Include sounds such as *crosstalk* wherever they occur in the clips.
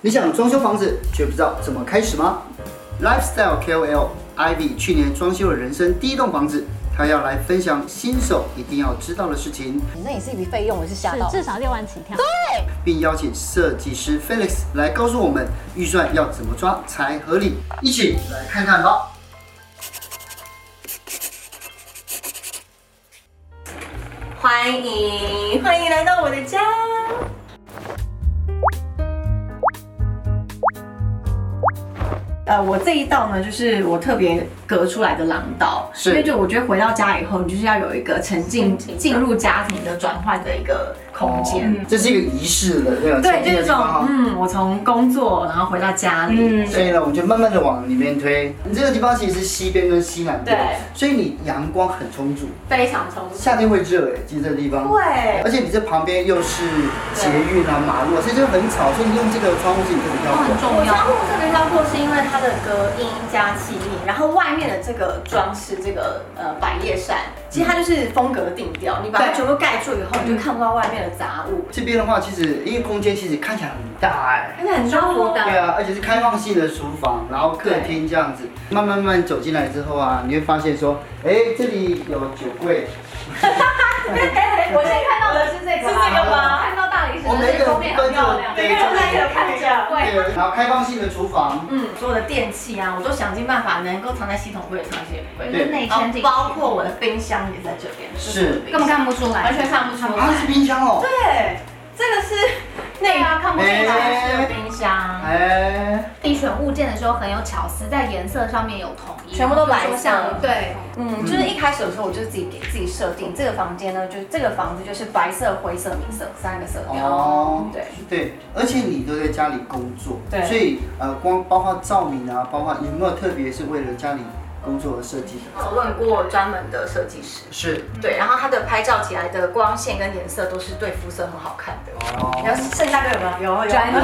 你想装修房子却不知道怎么开始吗？Lifestyle KOL Ivy 去年装修了人生第一栋房子，她要来分享新手一定要知道的事情，那也是一笔费用，我是吓到。至少六万起跳。啊并邀请设计师 Felix 来告诉我们预算要怎么抓才合理，一起来看看吧。欢迎欢迎来到我的家。呃，我这一道呢，就是我特别隔出来的廊道，是因为就我觉得回到家以后，你就是要有一个沉浸进入家庭的转换的一个空间。嗯哦这是一个仪式的那个对，就是这种哈嗯，我从工作然后回到家里，嗯所以呢，我们就慢慢的往里面推。你这个地方其实是西边跟西南边，对，所以你阳光很充足，非常充实。夏天会热哎，其实这个地方。对而且你这旁边又是捷运啊、马路啊，所以就很吵，所以你用这个窗户是你特别要哦很管。重我要窗。户这个腰破是因为它的隔音加气密，然后外面的这个装饰，这个呃百叶扇，其实它就是风格定调，你把它对全部盖住以后，你就看不到外面的杂物，这边的话，其实因为空间其实看起来很大哎。而且很舒服对嗯的。啊，而且是开放性的厨房，然后客厅这样子，慢慢慢慢走进来之后啊，你会发现说，哎，这里有酒柜，我现在看到的是这个，是这个吗看到大理石我每的个这封面很漂亮，对都在这看着，对，对，然后开放性的厨房，嗯，所有的电器啊，我都想尽办法能够藏在系统柜、藏在系统柜。对内然圈后进去，包括我的冰箱也在这边，这是我的冰根本箱看不出来，完全看不出啊，来。是冰箱哦，对，这个是 *laughs* 对内啊，看不出来是哎有冰箱，哎，递选物件的时候很有巧思，在颜色上面有统一，全部都白色像对，嗯，就是一开始的时候，我就是自己给自己设定这个房间呢，就是这个房子就是白色、灰色、米色三个色调。哦对，对，而且你都在家里工作，对所以呃，光包括照明啊，包括有没有特别是为了家里工作而设计的？我问过专门的设计师，是，对，然后他的拍照起来的光线跟颜色都是对肤色很好看的。哦，要剩下这个吗？有有专业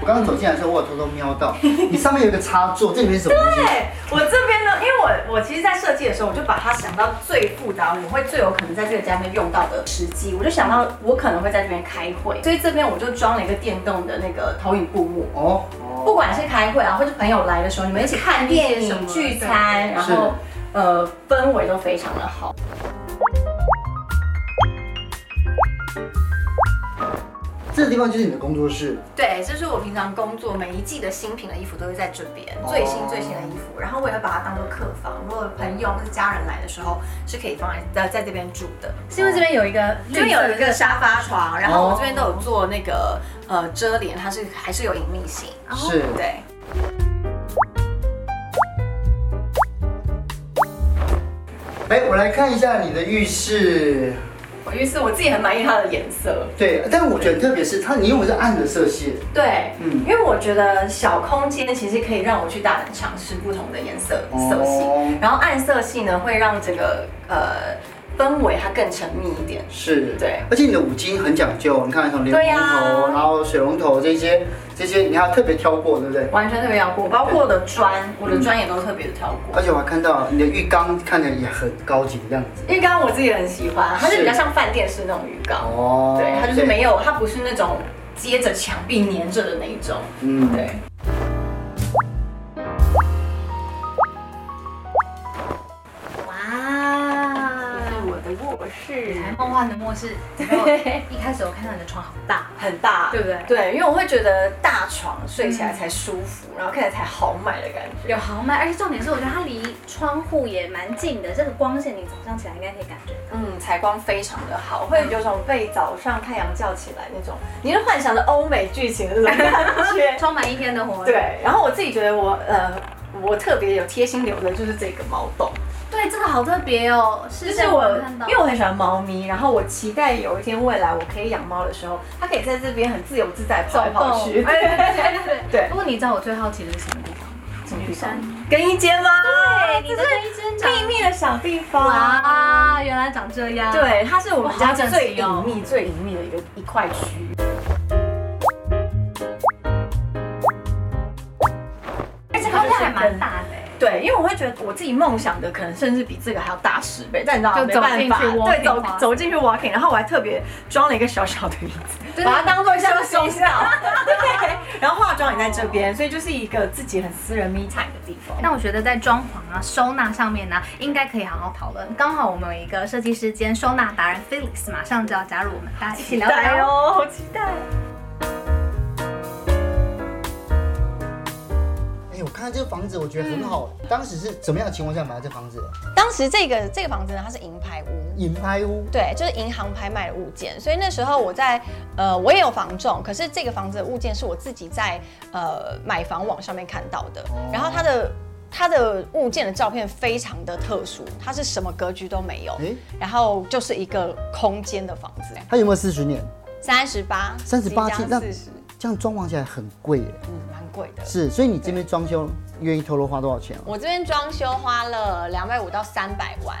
我刚刚走进来的时候，我有偷偷瞄 *laughs* 到，你上面有一个插座，这里面是什么东西？对哎我这边呢，因为我我其实，在设计的时候，我就把它想到最复杂，我会最有可能在这个家里面用到的时机，我就想到我可能会在这边开会，所以这边我就装了一个电动的那个投影布幕。哦，不哦管是开会啊，或者朋友来的时候，你们一起看电看影、电影聚餐，然后呃氛围都非常的好。这个地方就是你的工作室，对，这是我平常工作每一季的新品的衣服都会在这边，哦最新最新的衣服，然后我也会把它当做客房，如果有朋友或是家人来的时候是可以放在在在这边住的。嗯是因为这边有一个，这边有一个沙发床，然后哦我这边都有做那个呃遮帘，它是还是有隐秘性。是，哦对，哎，我来看一下你的浴室，我浴室我自己很满意它的颜色。对，但我觉得特别是它，你用的是暗的色系，对，嗯因为我觉得小空间其实可以让我去大胆尝试不同的颜色色系，哦然后暗色系呢会让这个呃氛围它更沉密一点。是，对而且你的五金很讲究，你看从莲对蓬呀头，然后水龙头这些，这些你还特别挑过，对不对？完全特别要过，包括我的砖，我的砖也都特别的挑过而。且我还看到你的浴缸看起来也很高级的样子。浴缸我自己也很喜欢，它是是比较像饭店式那种浴缸，哦对，它就是没有，它不是那种接着墙壁粘着的那一种。嗯对，哇，是我的卧室，还梦幻的末世。然后一开始我看到你的床好大，很大，对不对。对，因为我会觉得大床睡起来才舒服，然后看起来才豪迈的感觉。有豪迈，而且重点是我觉得它离窗户也蛮近的，这个光线你早上起来应该可以感觉。嗯，采光非常的好，会有种被早上太阳叫起来那种，你就幻想着欧美剧情的那种感觉 *laughs* 充满一天的活力。对，然后我自己觉得我呃，我特别有贴心留的就是这个毛豆，对，这个好特别哦，是就是我看，到因为我很喜欢猫咪，然后我期待有一天未来我可以养猫的时候，它可以在这边很自由自在地 *laughs* 跑来跑去。哎对对对对不过你知道我最好奇的是什么地方吗？女生更衣间吗？哎对，你的这一间长秘密的小地方。哇，原来长这样。，对，它是我们家最哇好哦隐秘、最隐秘的一个一块区域。而且空间还蛮大的欸。对，因为我会觉得我自己梦想的可能甚至比这个还要大十倍，但你知道就没走办进法，去 walking 对，走 closet 走进去 walking，然后我还特别装了一个小小的椅子，对把它当做休息室，对，然后化妆在这边，所以就是一个自己很私人 me time 的地方。但我觉得在装潢啊、收纳上面呢、应该可以好好讨论。刚好我们有一个设计师兼收纳达人 Felix，马上就要加入我们，大家一起聊对聊。哦，好期待。哎，我看到这个房子，我觉得很好。当时是怎么样的情况下买到这房子的？当时这个这个房子呢，它是银牌屋。银拍屋，对，就是银行拍卖的物件，所以那时候我在呃，我也有房仲，可是这个房子的物件是我自己在呃买房网上面看到的，哦然后它的它的物件的照片非常的特殊，它是什么格局都没有哎，然后就是一个空间的房子，它有没有四十年？三十八， 38即那将四十，这样装潢起来很贵耶。嗯，蛮贵的。是，所以你这边装修愿意透露花多少钱吗？我这边装修花了两百五到三百万，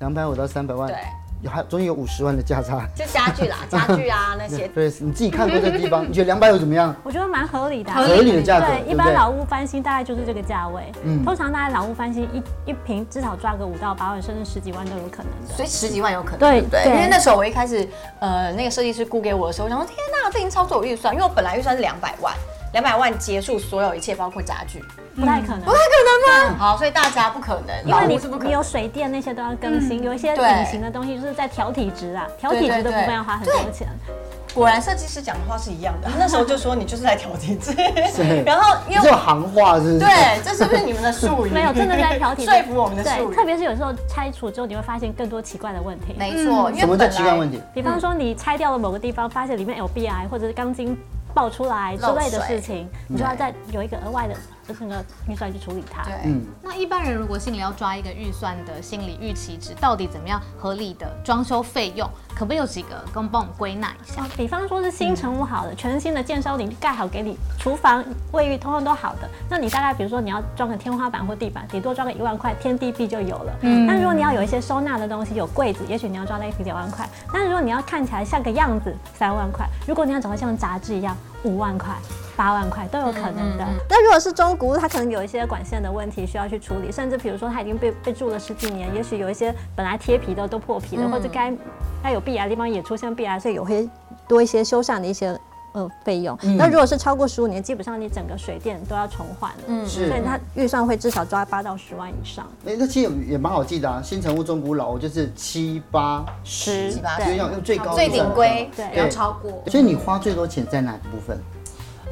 两百五到三百万，对，有还中间有五十万的价差。就家 *laughs* 具啦、家具啊那些， *laughs* 对，你自己看过这个地方，你觉得两百五怎么样？我觉得蛮合理的啊、合理的价格，对，一不般对？老屋翻新大概就是这个价位，嗯通常大概老屋翻新一一瓶至少抓个五到八万，甚至十几万都有可能的。所以十几万有可能，对不对？对因为那时候我一开始，呃，那个设计师估给我的时候，我想说天哪，这已经超出我预算，因为我本来预算是两百万，两百万结束所有一切，包括家具，不太可能，嗯不太可能吗？好，所以大家不可能，因为老屋是不你可能你有水电那些都要更新，有一些对隐形的东西就是在调体质啊，调体对质的部分对要花很多钱。果然设计师讲的话是一样的，他那时候就说你就是在调体质是，然后因你为这有我行话是不是？对，这是不是你们的术语？没有，真的在调体质，说服我们的术对，语特。别是有时候拆除之后，你会发现更多奇怪的问题。没嗯错，嗯因为什么本叫来情感问题？比方说你拆掉了某个地方，发现里面 LBI 或者是钢筋爆出来之类的事情，你就要再有一个额外的那个预算去处理它。对，嗯，那一般人如果心里要抓一个预算的心理预期值，到底怎么样合理的装修费用，可不可以有几个跟我帮我们归纳一下？啊，比方说是新成屋好了，全新的建商顶盖好给你，厨房、卫浴通通都好的，那你大概比如说你要装个天花板或地板，顶多装个一万块，天地壁就有了。嗯，但如果你要有一些收纳的东西，有柜子，也许你要装在一笔两万块。但如果你要看起来像个样子，三万块；如果你要找到像杂志一样，五万块。八万块都有可能的。那如果是中古屋，它可能有一些管线的问题需要去处理，甚至比如说它已经被被住了十几年，也许有一些本来贴皮的都破皮了，或者该该有壁癌的地方也出现壁癌，所以有些多一些修缮的一些呃费用。那、如果是超过十五年，基本上你整个水电都要重换了，嗯，是所以它预算会至少抓八到十万以上。哎、那其实也也蛮好记的啊，新成屋、中古老屋就是七八十，七八就十是要用最高的最顶规算法对要超过所以你花最多钱在哪个部分？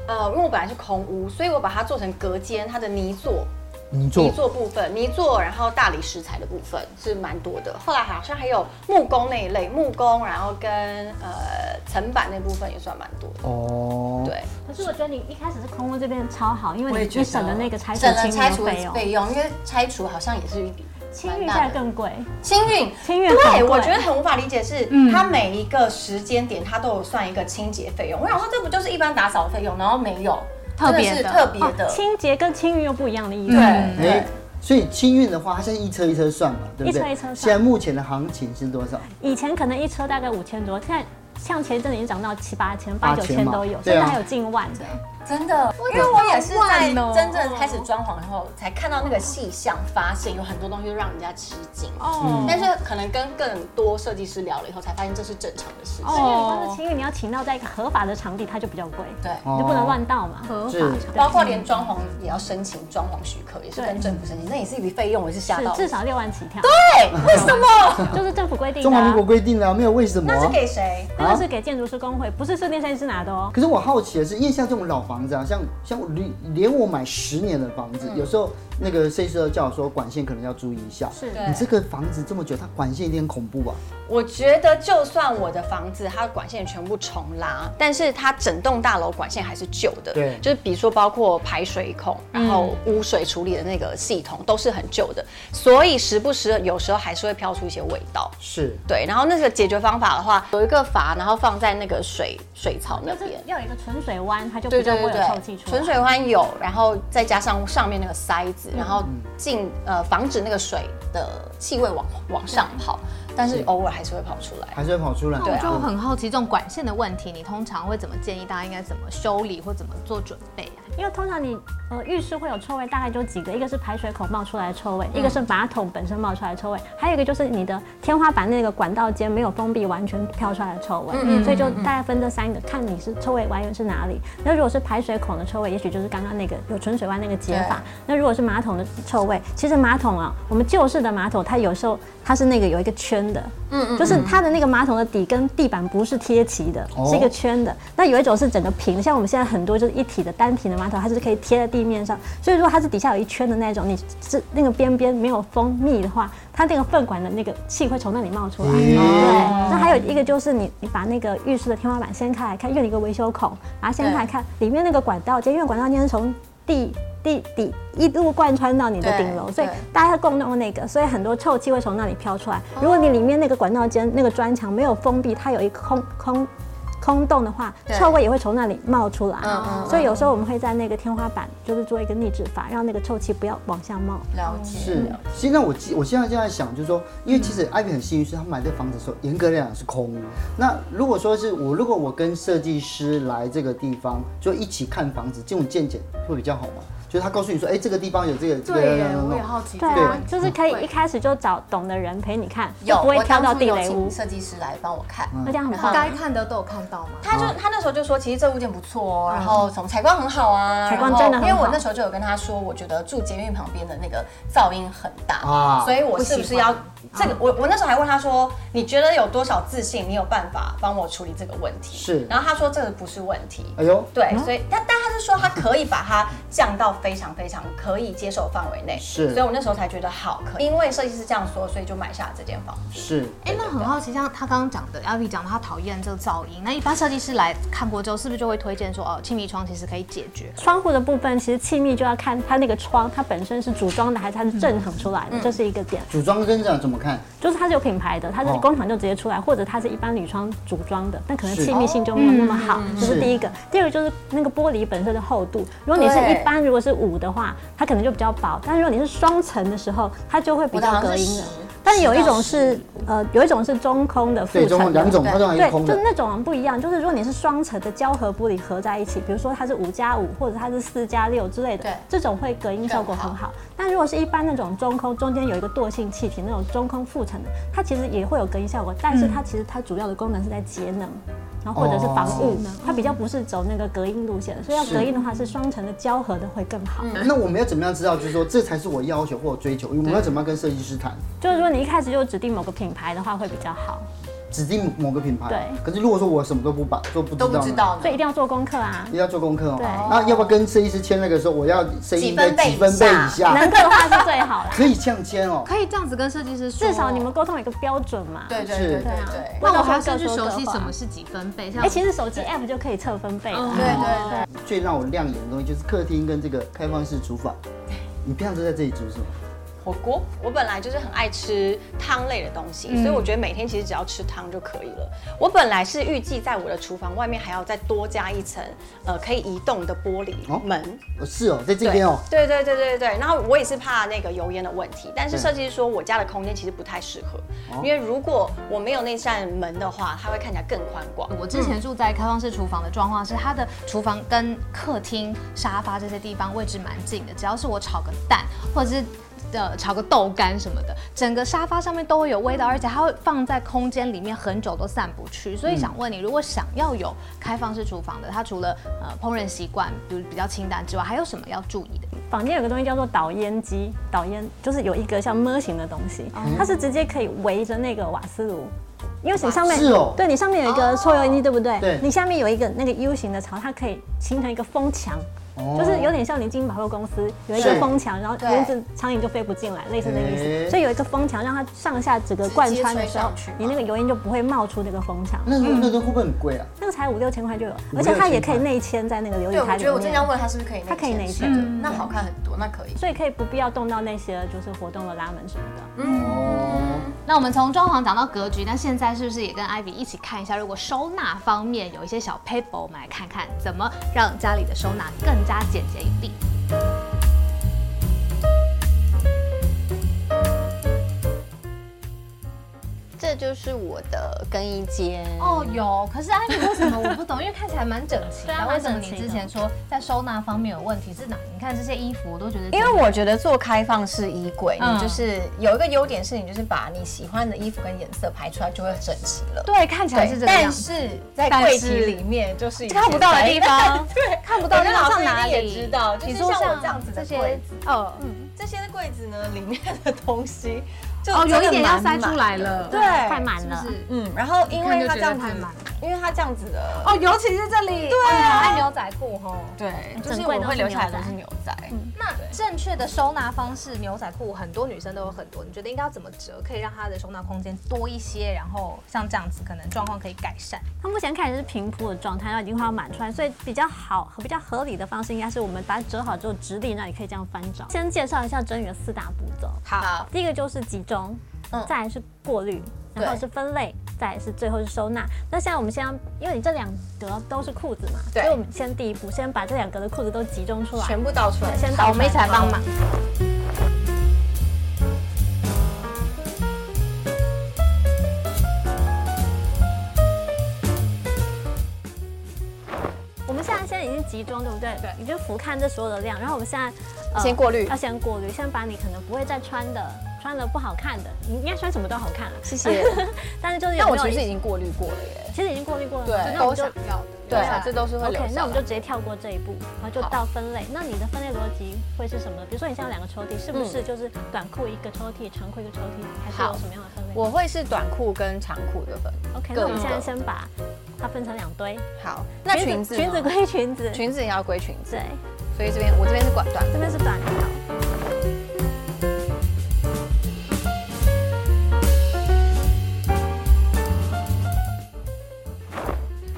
呃，因为我本来是空屋，所以我把它做成隔间，它的泥做。你泥做做部分，泥做，然后大理石材的部分是蛮多的。后来好像还有木工那一类，木工，然后跟呃层板那部分也算蛮多的。哦，对，可是我觉得你一开始是空屋这边超好，因为你你省了那个拆除省了清拆运除费用，费用，因为拆除好像也是一笔清蛮运大价的。更贵。清运，清运很对贵我觉得很无法理解是，它每一个时间点它都有算一个清洁费用。我想说，这不就是一般打扫费用，然后没有特别的真是特别的，哦清洁跟清运又不一样的意思。对哎、所以清运的话，它现在一车一车算嘛，对不对？一车一车算现在目前的行情是多少？以前可能一车大概五千多，现在像前一阵子已经涨到七八千、八八千九嘛千都有，对甚啊至还有近万的。真的，因为我也是在万哦真正开始装潢以后，才看到那个细项，发现有很多东西让人家吃惊。哦，但是可能跟更多设计师聊了以后，才发现这是正常的事情。因为啊光哦是清运，你要请到在一个合法的场地，它就比较贵，对，你就不能乱盗嘛。哦合是包括连装潢也要申请装潢许可，也是跟政府申请，那也是一笔费用，我是吓是到的。至少六万起跳，对，为什么？就是政府规定中的华民啊国。规定的、啊，没有为什么啊、那是给谁？那个是给建筑师工会，不是设计设计师拿的哦。可是我好奇的是，因为像这种老房子啊，像像我连连我买十年的房嗯子，有时候那个设计师都叫我说管线可能要注意一下。是对你这个房子这么久，它管线一定很恐怖吧？啊我觉得就算我的房子它的管线全部重拉，但是它整栋大楼管线还是旧的，对就是比如说包括排水孔，然后污水处理的那个系统都是很旧的，所以时不时有时候还是会飘出一些味道。是，对，然后那个解决方法的话，有一个阀，然后放在那个水水槽那就是边。要有一个纯水湾，它就对比对较对不会有臭对气，出来。纯水湾有，然后再加上上面那个塞子，然后进呃防止那个水的气味往往上跑，但是偶尔还是会跑出来。还是会跑出来。嗯那我就很好奇，这种管线的问题，你通常会怎么建议大家应该怎么修理或怎么做准备啊？因为通常你呃，浴室会有臭味，大概就几个，一个是排水口冒出来的臭味，一个是马桶本身冒出来的臭味，还有一个就是你的天花板那个管道间没有封闭，完全飘出来的臭味。所以就大概分这三个，看你是臭味来源是哪里。那如果是排水孔的臭味，也许就是刚刚那个有纯水湾那个解法。那如果是马桶的臭味，其实马桶啊，我们旧式的马桶它有时候它是那个有一个圈的，嗯嗯，就是它的那个马桶的底跟地板不是贴齐的，哦是一个圈的。那有一种是整个平，像我们现在很多就是一体的单体的马桶，它是可以贴在地面上。所以如果它是底下有一圈的那种，你是那个边边没有封密的话，它那个粪管的那个气会从那里冒出来。对，那还有一个就是你你把那个浴室的天花板掀开来看，因为有一个维修孔，把它掀开来看，里面那个管道间，因为管道间是从地。地底一路贯穿到你的顶楼，对所以大家共用那个，所以很多臭气会从那里飘出来。如果你里面那个管道间那个砖墙没有封闭，它有一个空空空洞的话，对臭味也会从那里冒出来。嗯嗯所以有时候我们会在那个天花板，就是做一个逆止法，让那个臭气不要往下冒。嗯了解。是，现在我记我现在现在想，就是说，因为其实艾比很幸运，是他买这房子的时候，严格来讲是空的。那如果说是我，如果我跟设计师来这个地方，就一起看房子，这种见解会比较好吗？就是他告诉你说，哎、这个地方有这个，这个对耶那，我也那好奇这对个啊问题。，就是可以一开始就找懂的人陪你看，有，就不会我挑当到初地有雷屋请，设计师来帮我看，那这样很然后棒。嗯该看的都有看到嘛。他就嗯他那时候就说，其实这物件不错哦，嗯然后什么采光很好啊，采光然后真的很好因为我那时候就有跟他说，我觉得住捷运旁边的那个噪音很大，啊所以我是不是要这嗯个？我我那时候还问他说，你觉得有多少自信，你有办法帮我处理这个问题？是然后他说这个不是问题，哎呦，嗯对，所以但但他是说他可以把它降到非常非常可以接受范围内，是所以我那时候才觉得好，可以因为设计师这样说，所以就买下了这间房子。是哎，那很好奇，像他刚刚讲的阿 v 讲他讨厌这个噪音，那一般设计师来看过之后，是不是就会推荐说，哦，气密窗其实可以解决？窗户的部分，其实气密就要看它那个窗，它本身是组装的还是它是正常出来的，这是一个点。组装跟讲怎么看？就是它是有品牌的，它是哦工厂就直接出来，或者它是一般铝窗组装的，但可能是嗯气密性就没有那么好，这是是第一个。第二个就是那个玻璃本身的厚度，如果你是对一般如果是五的话，它可能就比较薄，但如果你是双层的时候，它就会比较隔音了。但有一种是呃，有一种是中空的对，复中层空的两种，它都还对是，空就是的。那种不一样，就是如果你是双层的胶合玻璃合在一起，比如说它是五加五或者它是四加六之类的对，这种会隔音效果很好。但如果是一般那种中空，中间有一个惰性气体那种中空覆层的，它其实也会有隔音效果，但是它其实它主要的功能是在节能。然后或者是防雾，它比较不是走那个隔音路线的，所以要哦是隔音的话是双层的胶合的会更好。那我们要怎么样知道，就是说这才是我要求或我追求？我们要怎么样跟设计师谈？就是如果你一开始就指定某个品牌的话会比较好，指定某个品牌。对。可是如果说我什么都不把都不知道都呢，不知道所呢。以一定要做功课啊。要做功课哦对。那要不要跟设计师签那个说我要声音在几几分分贝贝以以下？能够的话是最好啦，可以这样签哦。可以这样子跟设计师说，至少你们沟通有一个标准嘛。对对是对对对啊对。那不我能还要说先去各说熟各悉话什么是几分贝，像哎、其实手机 app 就可以测分贝了。对对对，最让我亮眼的东西就是客厅跟这个开放式厨房。你平常都在这里煮是吗？火锅，我本来就是很爱吃汤类的东西，嗯所以我觉得每天其实只要吃汤就可以了。我本来是预计在我的厨房外面还要再多加一层，呃，可以移动的玻璃哦门。哦，是哦，在这边哦。对对对对对对，然后我也是怕那个油烟的问题，但是设计师说我家的空间其实不太适合，哦因为如果我没有那扇门的话，它会看起来更宽广。我嗯之前住在开放式厨房的状况是，它的厨房跟客厅、沙发这些地方位置蛮近的，只要是我炒个蛋或者是。呃，炒个豆干什么的，整个沙发上面都会有味道，而且它会放在空间里面很久都散不去。嗯所以想问你，如果想要有开放式厨房的，它除了呃烹饪习惯，比如比较清淡之外，还有什么要注意的？房间有个东西叫做导烟机，导烟就是有一个像么型的东西，它是直接可以围着那个瓦斯炉。因为你上面是哦对你上面有一个抽油烟机，对不对？对你下面有一个那个 U 型的槽，它可以形成一个风墙，哦就是有点像你进百货公司有一个是风墙，然后蚊子、苍蝇就飞不进来，类似的意诶思。所以有一个风墙，让它上下整个贯穿的时候直接吹上去吗，你那个油烟就不会冒出那个风墙。那那个会不会很贵啊？那个才五六千块就有，五而且它六千也可以块内嵌在那个琉对，璃我台觉里得我正面要，问他是不是可以内嵌，它可以内嵌是的那好看很多，那可以。所以可以不必要动到那些就是活动的拉门什么的。哦，那我们从装潢讲到格局，那现在是不是也跟 Ivy 一起看一下，如果收纳方面有一些小 paper，我们来看看怎么让家里的收纳更加简洁有力。这就就是我的更衣间。哦，有，可是艾米为什么我不懂？因为看起来蛮整齐对啊的，蛮为什么整你齐之的前说在收纳方面有问题是哪？你看这些衣服，我都觉得因为我觉得做开放式衣柜，嗯你就是有一个优点是，你就是把你喜欢的衣服跟颜色排出来，就会很整齐了。对看起来是这个样但子，是在但柜是体里面就是看不到的地方对， *laughs* 看不到我觉得那老师一上定哪也里知道，就你是像说我像这样子这的些柜子，嗯呃，这些柜子呢里面的东西 *laughs* 就哦，有真一的点要满塞满出来了，对，太满了。嗯，然后因为它这样子一看就觉得太满了，因为它这样子的哦，尤其是这里，对啊，爱牛仔裤吼。对，就整是柜我都会是留下来牛都仔是牛仔，那正确的收纳方式，牛仔裤很多女生都有很多，你觉得应该要怎么折，可以让它的收纳空间多一些，然后像这样子，可能状况可以改善。它目前看起来是平铺的状态，它已经快要满出来，所以比较好、比较合理的方式应该是我们把它折好之后直立，那你可以这样翻找。先介绍一下整理的四大步骤，好，第一个就是集中，再来是过滤，然后是分类，再来是最后是收纳。那现在我们先要，因为你这两格都是裤子嘛，所对以我们先第一步先把这两格的裤子都集中出来，全部倒出来。先倒出来帮忙。我们现在现在已经集中，对不对？对，你就俯瞰这所有的量，然后我们现在、呃先过滤啊要先过滤，先把你可能不会再穿的、穿的不好看的，你应该穿什么都好看了，啊 *laughs* 谢谢。但是就是有那我没有其实一已经过滤过了耶，其实已经过滤嗯过了，对那我们就要的。对啊，这都是会留 OK，下那我们就来。直接跳过这一步，然后就到分类。那你的分类逻辑会是什么呢？比如说你像两个抽屉，是不是就是短裤一个抽屉，长裤一个抽屉，还是有嗯好什么样的分类？我会是短裤跟长裤的分。 OK，各那我们一现在个先把它分成两堆，好，那裙子呢裙子归裙子，裙子也要归裙子，对，所以这边我这边是短短这裤。边是短条。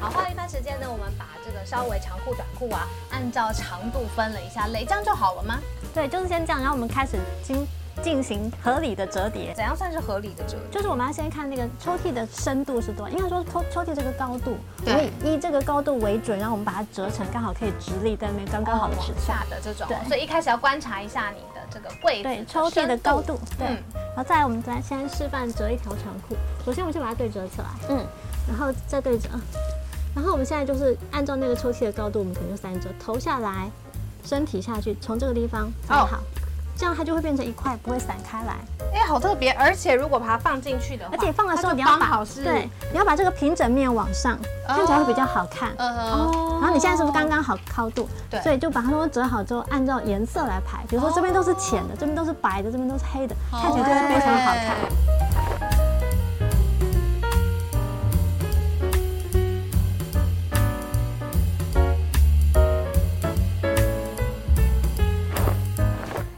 好，花了一番时间呢，我们把这个稍微长裤、短裤啊，按照长度分了一下类，这样就好了吗？对，就是先这样，然后我们开始进进行合理的折叠。怎样算是合理的折？就是我们要先看那个抽屉的深度是多，应该说抽抽屉这个高度，我们以这个高度为准，然后我们把它折成刚好可以直立在那边刚刚好的尺往寸。哦下的这种对，所以一开始要观察一下你的这个位置、对，抽屉的高度，对。嗯然后再来，我们再先示范折一条长裤。首先，我们先把它对折起来，嗯，然后再对折。然后我们现在就是按照那个抽屉的高度，我们可能就三折，头下来，身体下去，从这个地方哦折好，这样它就会变成一块，不会散开来。哎、好特别，而且如果把它放进去的话，而且放的时候它就你要刚把好是哦对，你要把这个平整面往上，看起来会比较好看。呃哦。然后你现在是不是刚刚好高度？对。所以就把它们折好之后，按照颜色来排，比如说这边都是浅哦的，这边都是白的，这边都是黑的，看起来就会非常好看。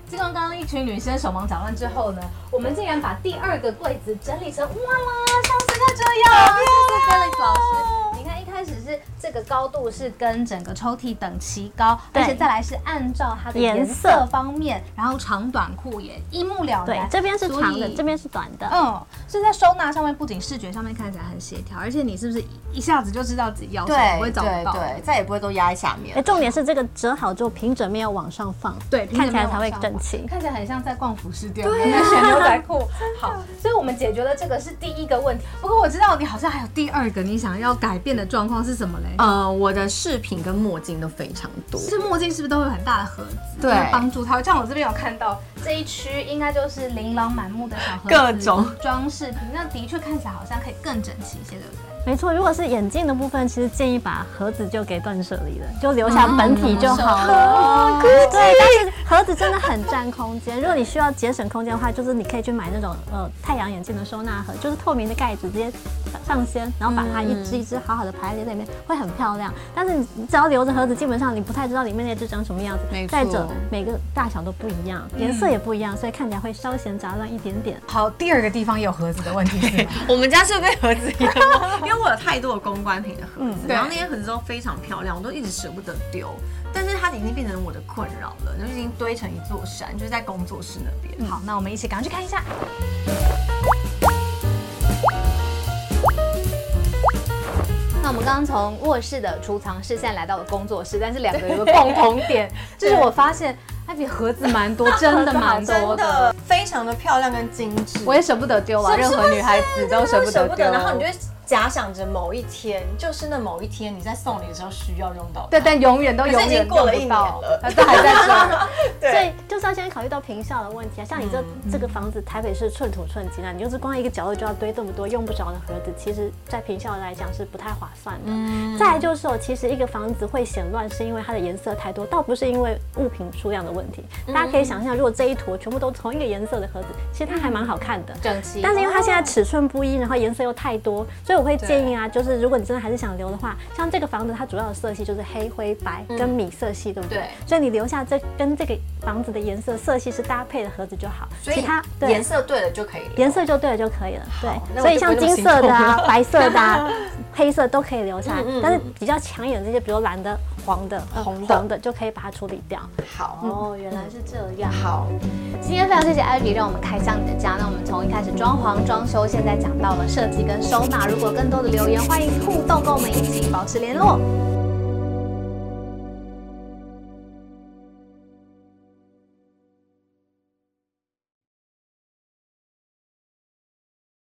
经过刚刚一群女生手忙脚乱之后呢，我们竟然把第二个柜子整理成哇啦，像是个这样。谢谢 Felix 老师，你看一开始是这个高度是跟整个抽屉等齐高，对而且再来是按照它的颜颜色色方面，然后长短裤也一目了然。对，这边是长所的，以这边是短的。嗯，所以在收纳上面，不仅视觉上面看起来很协调，而且你是不是一一下子就知道自己要什么，不会找不到？对，再也不会都压在下面哎，。重点是这个折好之后，平整面要往上放，对平看整起来面要才会往上整齐。看起来很像在逛服饰店，对、啊在选牛仔 *laughs* 裤。好，所以我们解决了这个是第一个问题。不过我知道你好像还有第二个你想要改变的状况是什么哦嘞？呃，我的饰品跟墨镜都非常多。是墨镜是不是都会有很大的盒子？对会帮助它。像我这边有看到这一区，应该就是琳琅满目的小盒子，各种装饰品，那的确看起来好像可以更整齐一些，对不对？没错，如果是眼镜的部分，其实建议把盒子就给断舍离了，就留哦下本体就 *laughs* 好了。对，但是盒子真的很占空间。如果你需要节省空间的话，就是你可以去买那种呃太阳眼镜的收纳盒，就是透明的盖子，直接上掀，然后把它一只一只好好的排列在里面，会很漂亮。但是你只要留着盒子，基本上你不太知道里面那只长什么样子没。错再者，每个大小都不一样，颜色也不一样，所以看起来会稍显杂乱一点点。好，第二个地方也有盒子的问题是吗？ *laughs* 我们家是被盒子淹没，因为我有太多的公关品的盒子，嗯然后那些盒子都非常漂亮，我都一直舍不得丢，但是它已经变成我的困扰了，就已经堆成一座山，就是在工作室那边。好，那我们一起赶快去看一下。那我们刚刚从卧室的储藏室，现在来到了工作室，但是 *laughs* 哎 *laughs* 两个有个共同点，就是我发现艾比盒子蛮多，真的蛮多的。非常的漂亮跟精致。我也舍不得丢啦，是任是不何女孩子啊是都 *laughs* 舍不真的得丢。然后你就会假想着某一天，就是那某一天你在送礼的时候需要用到它。对，但永远都可是永已经远过了用一不年到呃了，它都还在这儿。所以就是要先考虑到坪效的问题啊，像你这、这个房子，台北市寸土寸金啊，你就是光一个角落就要堆这么多用不着的盒子，其实在坪效来讲是不太划算的。再来就是哦，其实一个房子会显乱，是因为它的颜色太多，倒不是因为物品数量的问题。大家可以想象，如果这一坨全部都同一个颜色的盒子，其实它还蛮好看的。整齐但是因为它现在尺寸不一，然后颜色又太多，所以我会建议啊，就是如果你真的还是想留的话，像这个房子它主要的色系就是黑灰白跟米色系，对不对？所以你留下这跟这个房子的颜色色系是搭配的盒子就好，所以其他对颜色对了就可以了。颜色就对了就可以了。那对，我所就不会以像这金么色的心啊痛、*laughs* *laughs* 白色的、啊、黑色都可以留下来，但是比较抢眼的这些，比如蓝的、黄的、呃嗯红的红的，就可以把它处理掉。嗯好，哦，原来是这样。好，今天非常谢谢艾比，让我们开箱你的家。那我们从一开始装潢、装修，现在讲到了设计跟收纳。如果有更多的留言，欢迎互动，跟我们一起保持联络。